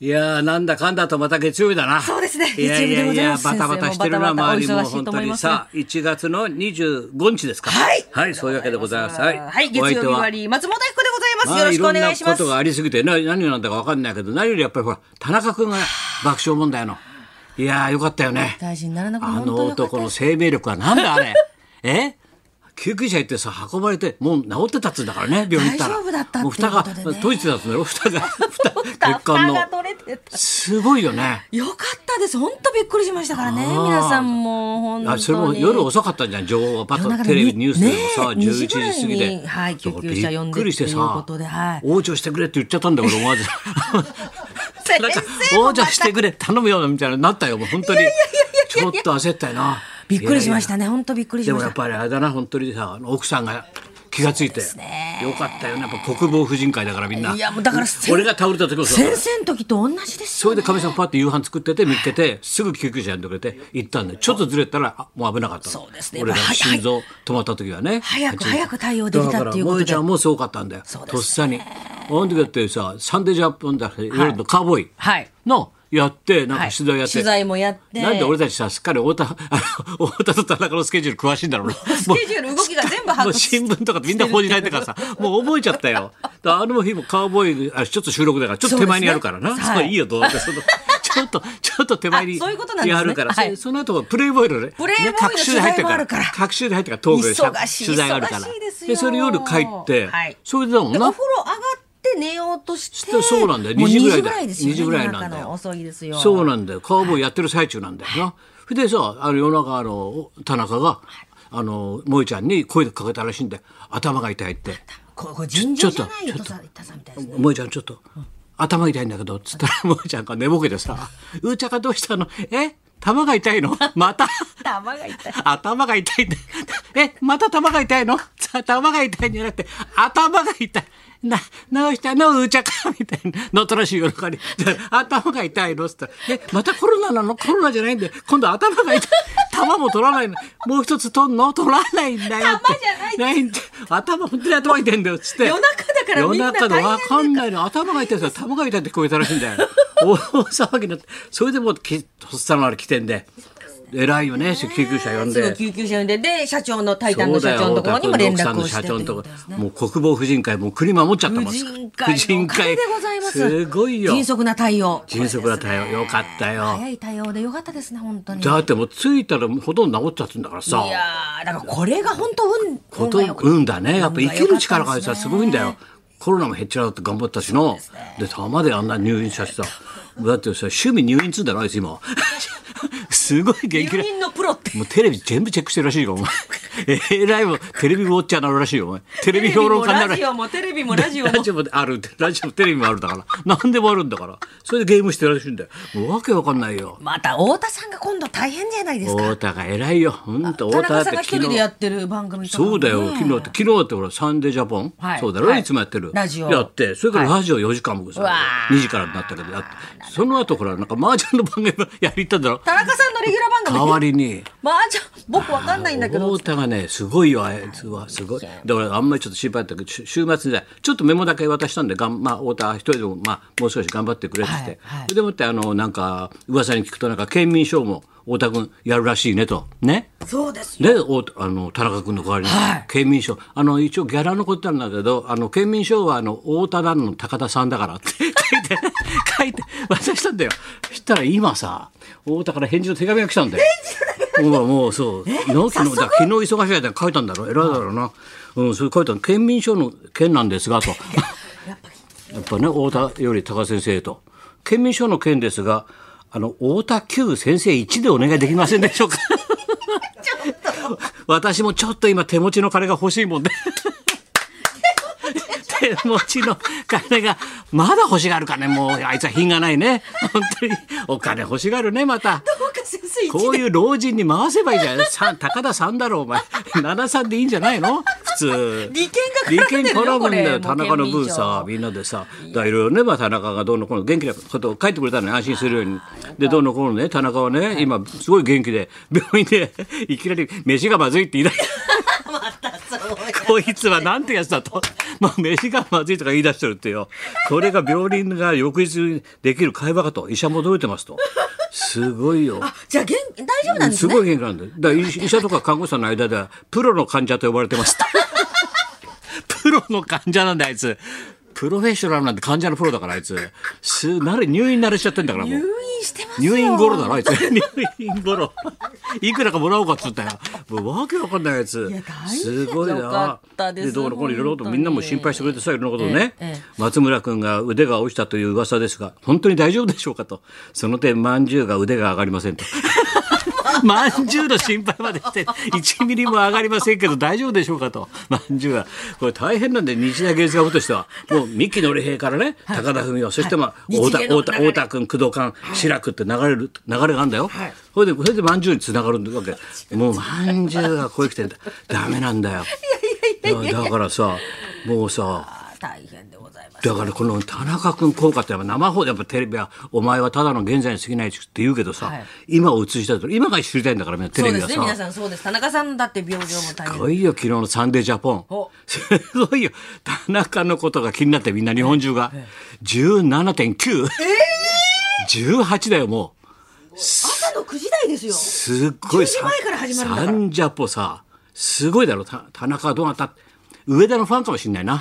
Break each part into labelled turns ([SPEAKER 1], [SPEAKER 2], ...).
[SPEAKER 1] いやーなんだかんだとまた月曜日だな。
[SPEAKER 2] そうですね
[SPEAKER 1] いやい
[SPEAKER 2] 月曜
[SPEAKER 1] や
[SPEAKER 2] 日でご
[SPEAKER 1] い
[SPEAKER 2] ざい
[SPEAKER 1] や
[SPEAKER 2] ま、す
[SPEAKER 1] バタバタしてるな、
[SPEAKER 2] 先生もバタバタ
[SPEAKER 1] 周り
[SPEAKER 2] お
[SPEAKER 1] も
[SPEAKER 2] 忙し
[SPEAKER 1] 本
[SPEAKER 2] い
[SPEAKER 1] 当
[SPEAKER 2] と思い
[SPEAKER 1] に
[SPEAKER 2] ますが
[SPEAKER 1] さあ、1月の25日ですか。
[SPEAKER 2] はい
[SPEAKER 1] はい、そういうわけでございます。はい。
[SPEAKER 2] はい、月曜日終わり、松本明子でご
[SPEAKER 1] お
[SPEAKER 2] ざいます。
[SPEAKER 1] 相手は。
[SPEAKER 2] よ
[SPEAKER 1] まあ、
[SPEAKER 2] ろ
[SPEAKER 1] い
[SPEAKER 2] しく
[SPEAKER 1] ろ
[SPEAKER 2] お
[SPEAKER 1] ん
[SPEAKER 2] 願
[SPEAKER 1] ない
[SPEAKER 2] しま
[SPEAKER 1] こ
[SPEAKER 2] す。
[SPEAKER 1] とがありすぎて、な何なんだかわかんないけど、何よりやっぱりほら、田中君が爆笑問題の。いやー、よかったよね。
[SPEAKER 2] 大事にならなく
[SPEAKER 1] あ
[SPEAKER 2] 本当
[SPEAKER 1] の
[SPEAKER 2] によかっ
[SPEAKER 1] 男の生命力はなんだあれえ救急車行ってさ運ばれてもう治ってたっつうんだからね病院行ったら
[SPEAKER 2] 大丈夫だったって
[SPEAKER 1] も
[SPEAKER 2] いうう
[SPEAKER 1] 蓋が
[SPEAKER 2] ことでね
[SPEAKER 1] 閉じてたっつうんだろ蓋が 蓋
[SPEAKER 2] た
[SPEAKER 1] 血管の
[SPEAKER 2] 蓋が取れてた
[SPEAKER 1] すごいよね
[SPEAKER 2] よかったです。本当びっくりしましたからね。皆さんも本当
[SPEAKER 1] あ
[SPEAKER 2] に。
[SPEAKER 1] それも夜遅かったじゃん情報がパ
[SPEAKER 2] 夜
[SPEAKER 1] ッと
[SPEAKER 2] 中
[SPEAKER 1] テ
[SPEAKER 2] のに
[SPEAKER 1] レビニュースでもさ、
[SPEAKER 2] ねえ
[SPEAKER 1] 11時過ぎ
[SPEAKER 2] 2時ぐらい
[SPEAKER 1] で、
[SPEAKER 2] にはい
[SPEAKER 1] そう
[SPEAKER 2] 救急車呼
[SPEAKER 1] びっ
[SPEAKER 2] んで
[SPEAKER 1] くりして
[SPEAKER 2] という
[SPEAKER 1] さ
[SPEAKER 2] ことではい
[SPEAKER 1] 往生してくれって言っちゃったんだよ俺思 わず
[SPEAKER 2] 先
[SPEAKER 1] なんか
[SPEAKER 2] 生も
[SPEAKER 1] 往生してくれ頼むよみたいになったよもう本当にちょっと焦ったよな
[SPEAKER 2] びっくりしま
[SPEAKER 1] た
[SPEAKER 2] したね。本当びっくりし
[SPEAKER 1] で
[SPEAKER 2] ま
[SPEAKER 1] も
[SPEAKER 2] し。
[SPEAKER 1] やったぱりあれだな本当にさあの奥さんが気がついて、
[SPEAKER 2] ね
[SPEAKER 1] よかったよねやっぱ国防婦人会だからみんない
[SPEAKER 2] やもうだからせん
[SPEAKER 1] 俺が倒れた時もそう
[SPEAKER 2] 先生の時と同じです
[SPEAKER 1] そ
[SPEAKER 2] よ
[SPEAKER 1] れで
[SPEAKER 2] ね。
[SPEAKER 1] かみさんパッて夕飯作ってて見つけてすぐ救急車呼んでくれて行ったんでちょっとずれたらあもう危なかったの
[SPEAKER 2] そうですね
[SPEAKER 1] 俺が
[SPEAKER 2] まあはい
[SPEAKER 1] 心臓止まった時はね
[SPEAKER 2] 早く
[SPEAKER 1] 8
[SPEAKER 2] 早く対応できたっていうこ
[SPEAKER 1] だから萌
[SPEAKER 2] と
[SPEAKER 1] えち
[SPEAKER 2] で
[SPEAKER 1] ゃんもすごかったんだよ、
[SPEAKER 2] そうです
[SPEAKER 1] と
[SPEAKER 2] ね
[SPEAKER 1] っさにあの時だってさサンデージャパンだいわゆるのカーボーイ
[SPEAKER 2] はい
[SPEAKER 1] のやってなん
[SPEAKER 2] は
[SPEAKER 1] か
[SPEAKER 2] い
[SPEAKER 1] 取材やって、
[SPEAKER 2] 取材もやって。
[SPEAKER 1] なんで俺たちさすっかり太田あの太田と田中のスケジュール詳しいんだろうなス
[SPEAKER 2] スケジュール動きが全部把
[SPEAKER 1] も
[SPEAKER 2] 握
[SPEAKER 1] う
[SPEAKER 2] して
[SPEAKER 1] 新聞とかみんな報じられてからさ、もう覚えちゃったよ。だあの日もカウボーイ、あちょっと収録だから、ちょっと手前にやるからな。
[SPEAKER 2] そう
[SPEAKER 1] そ,、
[SPEAKER 2] ですねはい
[SPEAKER 1] い、いよ、どうだってその。ちょっと、ちょっと手前に
[SPEAKER 2] あそういうことなんですね
[SPEAKER 1] やるから、
[SPEAKER 2] はい
[SPEAKER 1] そその後はプレイボーイのね、
[SPEAKER 2] プレイボーイの
[SPEAKER 1] ね隔週で入ってるか
[SPEAKER 2] 取材もあるから
[SPEAKER 1] ら、各週で入ってるから、トークでさ
[SPEAKER 2] 忙しい
[SPEAKER 1] 取材があるから。
[SPEAKER 2] 忙しいですよ
[SPEAKER 1] それ夜帰って、
[SPEAKER 2] はい
[SPEAKER 1] それでだもん
[SPEAKER 2] でお
[SPEAKER 1] な
[SPEAKER 2] 風。呂上がって寝ようとして。
[SPEAKER 1] そうなんだよ
[SPEAKER 2] もう
[SPEAKER 1] 2時ぐらいだ
[SPEAKER 2] 2ですよね。
[SPEAKER 1] 2時ぐらいなんだよ
[SPEAKER 2] 夜中の遅いですよ。
[SPEAKER 1] そうなんだよ。カウボーイやってる最中なんだよな。それでさ、あの夜中あの、田中が、あの、萌ちゃんに声かけたらしいんで、頭が痛いって。
[SPEAKER 2] ここれ尋常じゃないよとさ、言ったさんみたいですね。
[SPEAKER 1] 萌えちゃんちょっと頭痛いんだけど」っつったら萌えちゃんが寝ぼけてさ「うーちゃんがどうしたのえ玉が痛いのまた
[SPEAKER 2] 頭が痛い。
[SPEAKER 1] 頭が痛いんだえまた玉が痛いの頭が痛いんじゃなくて頭が痛い」な治したのうーちゃんかみたいなのとらしい夜中に「頭が痛いの」っつったら「えまたコロナなのコロナじゃないんで今度頭が痛い玉も取らないのもう一つ取んの取らないんだよ」って
[SPEAKER 2] 玉じゃない
[SPEAKER 1] ないんだよ頭本当に頭が痛いんだよ」っつって
[SPEAKER 2] 夜中だからみんな大変
[SPEAKER 1] 夜中のわかんないの頭が痛いですよ頭が痛いって聞こえたらしいんだ よ大騒ぎになってそれでもうきとっさのあれ起点で偉いよね救急車呼ん
[SPEAKER 2] すぐ
[SPEAKER 1] で。
[SPEAKER 2] 救急車呼んで、で、社長の、タイタン
[SPEAKER 1] そ
[SPEAKER 2] の
[SPEAKER 1] うだ
[SPEAKER 2] 社
[SPEAKER 1] よ
[SPEAKER 2] 長のところにも連
[SPEAKER 1] 大田君
[SPEAKER 2] 絡
[SPEAKER 1] の
[SPEAKER 2] を
[SPEAKER 1] 奥
[SPEAKER 2] し
[SPEAKER 1] さん
[SPEAKER 2] て
[SPEAKER 1] の社長の
[SPEAKER 2] という
[SPEAKER 1] と
[SPEAKER 2] こ
[SPEAKER 1] こと
[SPEAKER 2] ですね。
[SPEAKER 1] もう国防婦人会もう国守っちゃったもん
[SPEAKER 2] 婦人会のおかげでございます。
[SPEAKER 1] すごいよ
[SPEAKER 2] 迅速な対応。
[SPEAKER 1] 迅速な対応よかったよ
[SPEAKER 2] 早い対応でよかったですね、本当に。い
[SPEAKER 1] だ
[SPEAKER 2] や
[SPEAKER 1] ってもう着いたらほとんど治っちゃってんだからさ
[SPEAKER 2] ー、だからこれが本当運、
[SPEAKER 1] ほと
[SPEAKER 2] 運
[SPEAKER 1] ん
[SPEAKER 2] が良
[SPEAKER 1] ど
[SPEAKER 2] か
[SPEAKER 1] 運だねやっぱ生きる力があいつはすごいんだ
[SPEAKER 2] 運
[SPEAKER 1] よ
[SPEAKER 2] が良かったですね
[SPEAKER 1] コロナもへっちゃらだって頑張ったしのでたまであんな入院したしさだってさ趣味入院っつうんだろあいつ今 すごい元気
[SPEAKER 2] 入
[SPEAKER 1] で
[SPEAKER 2] 院のプロって。
[SPEAKER 1] もうテレビ全部チェックしてるらしいよお前えらいもんテレビウォッチャーなるらしいよお前テレビ評論家になるらしい
[SPEAKER 2] テレビもラ ジオもテレビもラジオも
[SPEAKER 1] ラジオもあるラジオもテレビもあるんだから何でもあるんだからそれでゲームしてるらしいんだよもうわけわかんないよ
[SPEAKER 2] また太田さんが今度大変じゃないですか。
[SPEAKER 1] 太田が偉いよ本当
[SPEAKER 2] 田
[SPEAKER 1] 太田だっ
[SPEAKER 2] 中さん
[SPEAKER 1] て
[SPEAKER 2] が一人でやってる番組とかもね
[SPEAKER 1] そうだよ昨日って昨日だってほら「サンデージャポン」
[SPEAKER 2] はい
[SPEAKER 1] そうだろ、、
[SPEAKER 2] はいい
[SPEAKER 1] つもやってる
[SPEAKER 2] ラジオ
[SPEAKER 1] やってそれからラジオ4時間もさ、
[SPEAKER 2] うわー
[SPEAKER 1] 2時からになったけどやってその後ほらなんか麻雀の番組も やりたんだろ
[SPEAKER 2] 田中さんのレギュラー番
[SPEAKER 1] 代
[SPEAKER 2] 組。
[SPEAKER 1] わりに。
[SPEAKER 2] まあじゃあ僕わかんないんだけど
[SPEAKER 1] 太。田がねすごいよあいつはすごいだからあんまりちょっと心配だったけどし週末にねちょっとメモだけ渡したんでがん、まあ、太田一人でも、まあ、もう少し頑張ってくれって言って、
[SPEAKER 2] はいはい
[SPEAKER 1] それでもってあのなんか噂に聞くとなんか県民賞も太田君やるらしいねとね
[SPEAKER 2] そうですよ。
[SPEAKER 1] でおあの田中君の代わりに、
[SPEAKER 2] はい
[SPEAKER 1] 県民賞あの一応ギャラのことなんだけどあの県民賞はあの太田団の高田さんだからって 書いて書いて渡したんだよそしたら今さ太田から返事の手紙が来たんだよ。もうもうそう昨日だ昨日忙しい間に書いたんだろ偉いだろうな、うん、それ書いたの県民賞の件なんですがと。やっぱね太田より高先生と県民賞の件ですがあの太田久先生1でお願いできませんでしょうか私もちょっと今手持ちの金が欲しいもんで手持ちの金がまだ欲しがるかねもうあいつは品がないね本当にお金欲しがるねまた。
[SPEAKER 2] どうか先生一
[SPEAKER 1] こういう老人に回せばいいじゃない。さん高田さんだろうお前。七三でいいんじゃないの？普通。
[SPEAKER 2] 利権が絡んでるよ
[SPEAKER 1] 利権絡むんだよ。
[SPEAKER 2] こ
[SPEAKER 1] 田
[SPEAKER 2] れもう
[SPEAKER 1] 中の分
[SPEAKER 2] 県民賞
[SPEAKER 1] さ、みんなでさ、だからいろいろね、まあ田中がどうのこうの元気なことを書いてくれたのに安心するように。でどうのこうのね、 田中はね、今すごい元気で病院でいきなり飯がまずいって言い出し
[SPEAKER 3] またそうや
[SPEAKER 1] こいつはなんてやつだと。まあ、飯がまずいとか言い出してるってよ。これが病人が翌日にできる会話かと。医者もどうてますと。すごいよ。
[SPEAKER 2] じゃあ元大丈夫なんです
[SPEAKER 1] す
[SPEAKER 2] ね
[SPEAKER 1] ごい元気なんだよ。だから医医者とか看護師さんの間では、プロの患者と呼ばれて ます。プロの患者なんだ、あいつ。プロフェッショナルなんて患者のプロだから、あいつ。す、なれ、入院慣れしちゃってんだから、も
[SPEAKER 2] 入
[SPEAKER 1] う。
[SPEAKER 2] 院してますよ
[SPEAKER 1] 入院頃だろ、あいつ。入院頃。いくらかもらおうかっつったよ。もうわけわかんないやつ
[SPEAKER 2] や。大変
[SPEAKER 1] すごい
[SPEAKER 2] よか
[SPEAKER 1] な
[SPEAKER 2] っ。たです
[SPEAKER 1] どうのこうのいろいろ
[SPEAKER 2] 本
[SPEAKER 1] と
[SPEAKER 2] 当に
[SPEAKER 1] みんなも心配してくれてさ、いろんなことをね
[SPEAKER 2] ええええ。
[SPEAKER 1] 松村君が腕が落ちたという噂ですが、本当に大丈夫でしょうかと。その点、まんじゅうが腕が上がりませんと。 まんじゅうの心配までして、1ミリも上がりませんけど大丈夫でしょうかと。まんじゅうは。これ大変なんで、日大芸術学部としては。もう、三木のり平からね、高田文雄、そしてまあ、
[SPEAKER 2] 日
[SPEAKER 1] 太田、
[SPEAKER 2] 芸の
[SPEAKER 1] 太
[SPEAKER 2] 流れ
[SPEAKER 1] 田、太田君、工藤官、志らくって流れる、流れがあるんだよ。それで、それでまんじゅうにつながるわけ。もう、まんじゅうがこう生きてんだ。ダメなんだよ。だだからさ、もうさ、
[SPEAKER 2] あー大変でございます
[SPEAKER 1] だからこの田中君効果ってやっぱ生放送でやっぱテレビはお前はただの現在に過ぎないって言うけどさ、
[SPEAKER 2] はい
[SPEAKER 1] 今を映したいと今が知りたいんだからみんなテ
[SPEAKER 2] そ
[SPEAKER 1] レ
[SPEAKER 2] う
[SPEAKER 1] ビ
[SPEAKER 2] で
[SPEAKER 1] は
[SPEAKER 2] すね
[SPEAKER 1] さ
[SPEAKER 2] 皆。さんそうです田中さんだって病状も大
[SPEAKER 1] す
[SPEAKER 2] 変
[SPEAKER 1] ごいよ昨日の「サンデージャポン
[SPEAKER 2] お」
[SPEAKER 1] すごいよ田中のことが気になってみんな日本中が17.918、18だよもう
[SPEAKER 2] 朝の9時台ですよ
[SPEAKER 1] すっごい
[SPEAKER 2] 10時前から始まるんだから
[SPEAKER 1] サンジャポさすごいだろた田中はどなた上田のファンかもしんない な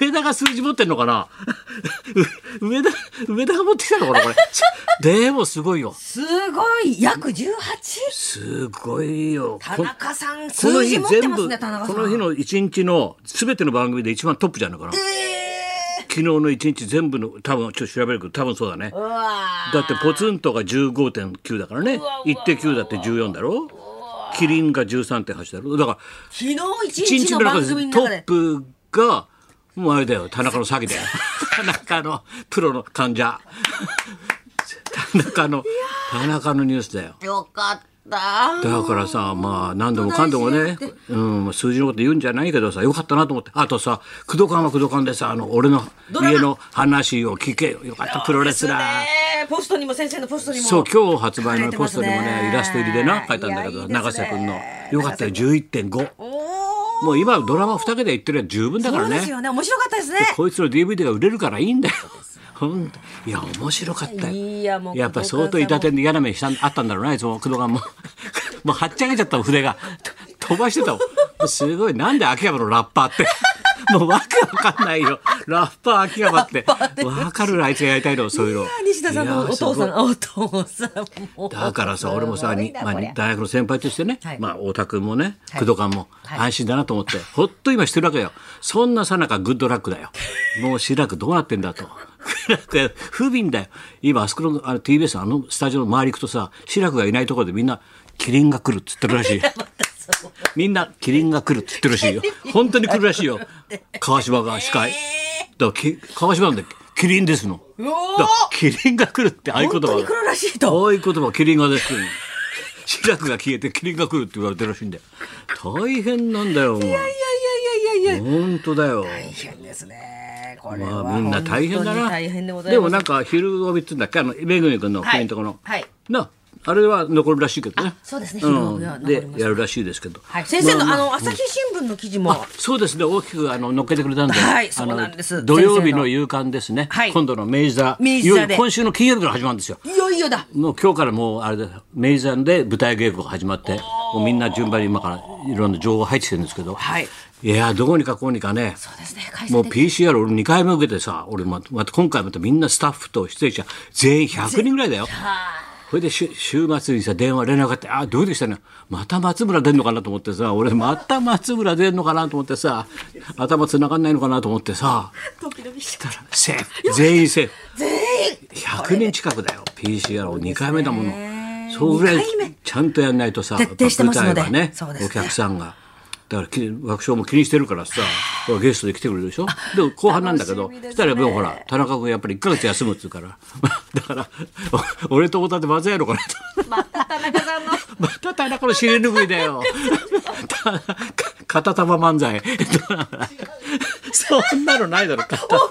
[SPEAKER 1] 上田が数字持ってんのかな う上田上田が持ってきたのかなこれ でもすごいよ
[SPEAKER 2] すごい約 18?
[SPEAKER 1] すごいよ
[SPEAKER 2] 田中さん
[SPEAKER 1] この
[SPEAKER 2] 数字
[SPEAKER 1] 日
[SPEAKER 2] 持って
[SPEAKER 1] 全
[SPEAKER 2] ます
[SPEAKER 1] 部、
[SPEAKER 2] ね田中さ
[SPEAKER 1] こ
[SPEAKER 2] ん
[SPEAKER 1] の日の一日の全ての番組で一番トップじゃないかな。昨日の一日全部の、多分ちょっと調べるけど、多分そうだね。
[SPEAKER 2] うわ
[SPEAKER 1] だってポツンとが15.9だからね。1.9だって14だろ。キリンが13.8だろ。だから、
[SPEAKER 2] ー昨日
[SPEAKER 1] 一
[SPEAKER 2] 一
[SPEAKER 1] 日
[SPEAKER 2] 日
[SPEAKER 1] の
[SPEAKER 2] の
[SPEAKER 1] 中
[SPEAKER 2] 番
[SPEAKER 1] で
[SPEAKER 2] 組の
[SPEAKER 1] ト
[SPEAKER 2] 中
[SPEAKER 1] ッ
[SPEAKER 2] で
[SPEAKER 1] プが、もうあれだよ、田中の詐欺だ よ。田中のプロの患者。田中の、田中のニュースだよ。
[SPEAKER 2] よかった
[SPEAKER 1] だからさまあ何度もかんでもね
[SPEAKER 2] 本当大事、
[SPEAKER 1] うん、数字のこと言うんじゃないけどさよかったなと思ってあとさ工藤館は工藤館でさあの俺の家の話を聞けよよかったプロレスラー。
[SPEAKER 2] ねポストにも先生のポストにも
[SPEAKER 1] そう今日発売の
[SPEAKER 2] 書いてま
[SPEAKER 1] ポス
[SPEAKER 2] す
[SPEAKER 1] トに
[SPEAKER 2] ね
[SPEAKER 1] もねイラスト入りでな書いたんだけ
[SPEAKER 2] いや
[SPEAKER 1] ど
[SPEAKER 2] いいですね
[SPEAKER 1] 永瀬君のよかったよ11.5
[SPEAKER 2] おー
[SPEAKER 1] もう今ドラマ2桁いってるやつ十分だか
[SPEAKER 2] そ
[SPEAKER 1] ら
[SPEAKER 2] うです
[SPEAKER 1] ね
[SPEAKER 2] よね面白かったですね
[SPEAKER 1] こいつの DVD が売れるからいいん だよほんといや面白かったよ
[SPEAKER 2] いやもう
[SPEAKER 1] やっぱ相当痛手で嫌な目したんあったんだろうな、いつも工藤がもう もうはっちゃけちゃったもん筆がと飛ばしてたもんもうすごいなんで秋山のラッパーって もうわけわかんないよラッパー秋山ってわかるなあいつがやりたいのそういうの
[SPEAKER 2] いや西田さんのお父
[SPEAKER 1] いやすご
[SPEAKER 2] さ
[SPEAKER 1] い
[SPEAKER 2] んお父さんも
[SPEAKER 1] だからさ俺もさに、まあ、に大学の先輩としてね、
[SPEAKER 2] はい
[SPEAKER 1] まあ太田君もね
[SPEAKER 2] はい
[SPEAKER 1] 工藤官も
[SPEAKER 2] はい
[SPEAKER 1] 安心だなと思って、ほっと今してるわけよそんなさなかグッドラックだ よもう志らくどうなってんだと志らく不憫だよ今あそこのあの TBS のあのスタジオの周り行くとさ志らくがいないところでみんなキリンが来るっつってるら しいみんなキリンが来るっつってるらしいよ本当に来るらしいよ川島が司会、だからき川島なんだっけキリンですのだからキリンが来るって合言葉
[SPEAKER 2] 本
[SPEAKER 1] が
[SPEAKER 2] 当に来るらし いと
[SPEAKER 1] 可愛い言葉キリンが出てくるの 志らくが消えてキリンが来るって言われてるらしいんだよ大変なんだよもう
[SPEAKER 2] いやいやいやいや
[SPEAKER 1] 本当だよ
[SPEAKER 2] 大変ですねこれは、
[SPEAKER 1] まあみんな大変だ
[SPEAKER 2] 本当
[SPEAKER 1] な
[SPEAKER 2] に大変でございます
[SPEAKER 1] でもなんか昼帯って言うんだっけあのめぐみ君の
[SPEAKER 2] はい
[SPEAKER 1] 国のところの、
[SPEAKER 2] はい
[SPEAKER 1] なあれは残るらしいけどね
[SPEAKER 2] あそうですね昼
[SPEAKER 1] う
[SPEAKER 2] 帯は
[SPEAKER 1] ん、
[SPEAKER 2] 残り
[SPEAKER 1] で
[SPEAKER 2] ます
[SPEAKER 1] やるらしいですけど、
[SPEAKER 2] はい、先生の、
[SPEAKER 1] まま
[SPEAKER 2] あの朝日新聞の記事も、
[SPEAKER 1] そうですね大きくあの乗っけてくれたんで、
[SPEAKER 2] はい
[SPEAKER 1] あの
[SPEAKER 2] そうなんです
[SPEAKER 1] 土曜日
[SPEAKER 2] 先生
[SPEAKER 1] の
[SPEAKER 2] の
[SPEAKER 1] 夕刊ですね、
[SPEAKER 2] はい
[SPEAKER 1] 今度の明治座
[SPEAKER 2] 明治座で
[SPEAKER 1] いよいよ今週の金曜日から始まるんですよ
[SPEAKER 2] いよいよだ
[SPEAKER 1] もう今日からもうあれだ明治座で舞台稽古が始まってもうみんな順番に今からいろんな情報入ってきてるんですけど、
[SPEAKER 2] はい、
[SPEAKER 1] いやーどこにかこうにかね
[SPEAKER 2] そうですね解
[SPEAKER 1] もう
[SPEAKER 2] 説的
[SPEAKER 1] PCR 俺2回目受けてさ俺ままた今回またみんなスタッフと出演者全員100人ぐらいだよ。それでし週末にさ電話連絡があって「あどうでしたねまた松村出んのかな」と思ってさ俺また松村出んのかなと思ってさ頭つながんないのかなと思ってさ
[SPEAKER 2] ドキドキし
[SPEAKER 1] だからセーフ全員セーフ。
[SPEAKER 2] 全員
[SPEAKER 1] 100人近くだよ PCR を2回目だものそうぐらい
[SPEAKER 2] 二回目
[SPEAKER 1] ちゃんとやんないとさ
[SPEAKER 2] 徹底してますので
[SPEAKER 1] やっぱ舞台
[SPEAKER 2] そ
[SPEAKER 1] は
[SPEAKER 2] う
[SPEAKER 1] ね
[SPEAKER 2] ですね
[SPEAKER 1] お客さんがだからき爆笑も気にしてるからさほらゲストで来てくれるでしょでも後半なんだけど
[SPEAKER 2] 楽しみです
[SPEAKER 1] そ
[SPEAKER 2] ね
[SPEAKER 1] したらもうほら田中君やっぱり1ヶ月休むっつうから だからお俺と太田ってまずいのかなと
[SPEAKER 2] また田中さんの
[SPEAKER 1] また田中の尻拭いだよ た片玉漫才 そんなのないだろ片
[SPEAKER 2] 太田さんと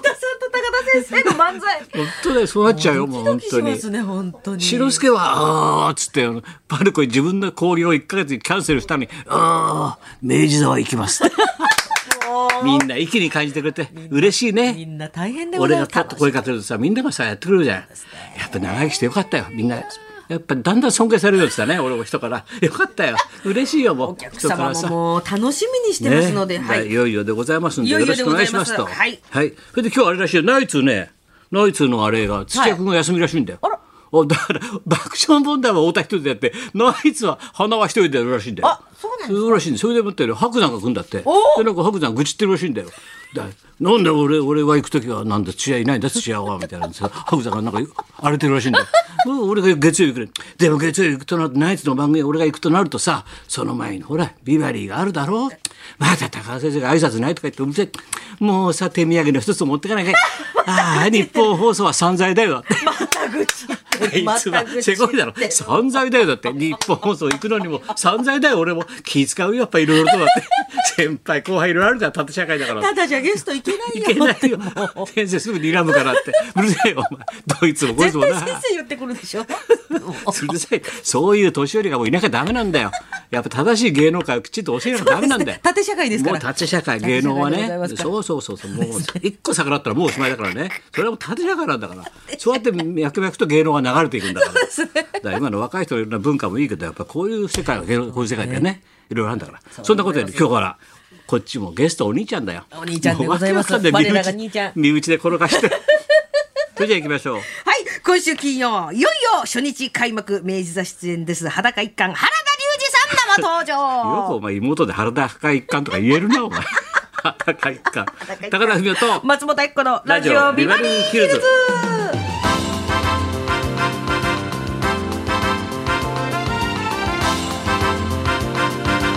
[SPEAKER 2] 高田先先生の漫才。
[SPEAKER 1] 本当だよそうなっちゃうよもう
[SPEAKER 2] ド
[SPEAKER 1] 本
[SPEAKER 2] キ
[SPEAKER 1] 当
[SPEAKER 2] ドキしま
[SPEAKER 1] に
[SPEAKER 2] すね本当に。
[SPEAKER 1] 白助は「あー」っつってあのパルコに自分の交流を1か月にキャンセルしたのに「あー明治座行きます」 みんな一気に感じてくれて嬉しいね
[SPEAKER 2] みんな大変でご
[SPEAKER 1] 俺
[SPEAKER 2] ざ
[SPEAKER 1] が
[SPEAKER 2] います。
[SPEAKER 1] パッと声かけるとさみんながさやってくれるじゃん、やっぱ長生きしてよかったよみんなやっぱだんだん尊敬されるようになってたね俺も人からよかったよ嬉しいよもう
[SPEAKER 2] お客
[SPEAKER 1] 人か
[SPEAKER 2] 様
[SPEAKER 1] ら
[SPEAKER 2] も
[SPEAKER 1] さ
[SPEAKER 2] もう楽しみにしてますので、
[SPEAKER 1] ね
[SPEAKER 2] はい
[SPEAKER 1] いよいよでございますんで
[SPEAKER 2] いよ
[SPEAKER 1] よ
[SPEAKER 2] い
[SPEAKER 1] ろ
[SPEAKER 2] よ
[SPEAKER 1] し
[SPEAKER 2] で
[SPEAKER 1] くお
[SPEAKER 2] ご
[SPEAKER 1] 願い
[SPEAKER 2] ざい
[SPEAKER 1] しま
[SPEAKER 2] ますす
[SPEAKER 1] と
[SPEAKER 2] はい
[SPEAKER 1] それで今日あれらしいよナイツねナイツのあれが土屋君が休みらしいんだよ、
[SPEAKER 2] はいあら
[SPEAKER 1] おだから爆笑問題は太田一人でやってナイツは花は一人でやるらしいんだよ
[SPEAKER 2] あそうなんですか
[SPEAKER 1] そうらしいんでそれでもってね白山が来るんだって
[SPEAKER 2] お
[SPEAKER 1] でなんか白山愚痴ってるらしいんだよだなんで俺俺が行く時はなんだ土屋いないんだ土屋はみたいなんですよ 白山がなんか荒れてるらしいんだよ うん俺が月曜日来るでも月曜日行くとなるとナイツの番組俺が行くとなるとさその前にほらビバリーがあるだろうまた高橋先生が挨拶ないとか言ってうるせえもうさ手土産の一つ持ってか なきゃああ日本放送は散財だよだって
[SPEAKER 2] また愚痴
[SPEAKER 1] あ。 いつはせこいだろ
[SPEAKER 2] また愚痴って
[SPEAKER 1] 散財だよだって日本放送行くのにも散財だよ俺も気使うよやっぱいろいろとだって先輩後輩いろいろあるから縦社会だから
[SPEAKER 2] ただじゃゲストいけない
[SPEAKER 1] い
[SPEAKER 2] よ。
[SPEAKER 1] けないよ先生すぐ睨むから ってうるさいよお前どいつもこいつ
[SPEAKER 2] 絶
[SPEAKER 1] も
[SPEAKER 2] 対
[SPEAKER 1] な
[SPEAKER 2] 先生言ってくる でしょ。
[SPEAKER 1] うるさいそういう年寄りがもういなきゃダメなんだよやっぱ正しい芸能界をきちんと教えなきゃダメなんだよ
[SPEAKER 2] 縦社会ですか
[SPEAKER 1] もう
[SPEAKER 2] ら。
[SPEAKER 1] 縦社会芸能は
[SPEAKER 2] 縦社会でございま
[SPEAKER 1] ね
[SPEAKER 2] すから
[SPEAKER 1] そうそうそうそうもう一個逆らったらもうおしまいだからねそれはもう縦社会なんだからそうやって脈々と芸能が流れていくんだ からだから今の若い人のいろんな文化もいいけどやっぱこういう世界は芸能こういう世界だよねいろいろあるんだからそんなことより今日からこっちもゲストお兄ちゃんだよ
[SPEAKER 2] お兄ちゃんでございます
[SPEAKER 1] もう訳わかんない
[SPEAKER 2] 我らが兄ちゃん
[SPEAKER 1] 身内身内で転がしてそれじゃあ行きましょう
[SPEAKER 2] はい、今週金曜、いよいよ初日開幕、明治座出演です。裸一貫、原田龍二さん生登
[SPEAKER 1] よく
[SPEAKER 2] 場。
[SPEAKER 1] お前妹で原田高一貫とか言えるな お前原田一貫高田文夫と
[SPEAKER 2] 松本明子のラジオビバリーヒルズ。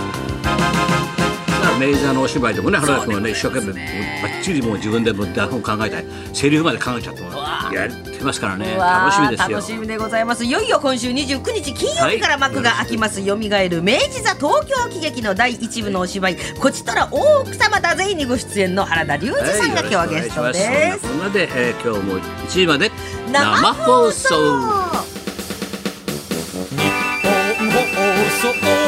[SPEAKER 1] さあメイザーのお芝居でもね原田君はね一生
[SPEAKER 2] そうで
[SPEAKER 1] 懸
[SPEAKER 2] す
[SPEAKER 1] 命
[SPEAKER 2] ね
[SPEAKER 1] ばっちりもう自分でもう台本考えたりセリフまで考えちゃってもやってますからね
[SPEAKER 2] うわー
[SPEAKER 1] 楽しみですよ
[SPEAKER 2] 楽しみでございますいよいよ今週29日金曜日から幕が開きます、よみがえる明治座東京喜劇の第一部のお芝居「こちとら大奥様だぜ」にご出演の原田龍二さんが今日はゲスト
[SPEAKER 1] はいよ
[SPEAKER 2] で
[SPEAKER 1] ろし
[SPEAKER 2] す
[SPEAKER 1] くお願いしますそんなこんなで、えー今日も1時まで
[SPEAKER 2] 生放送
[SPEAKER 3] 放送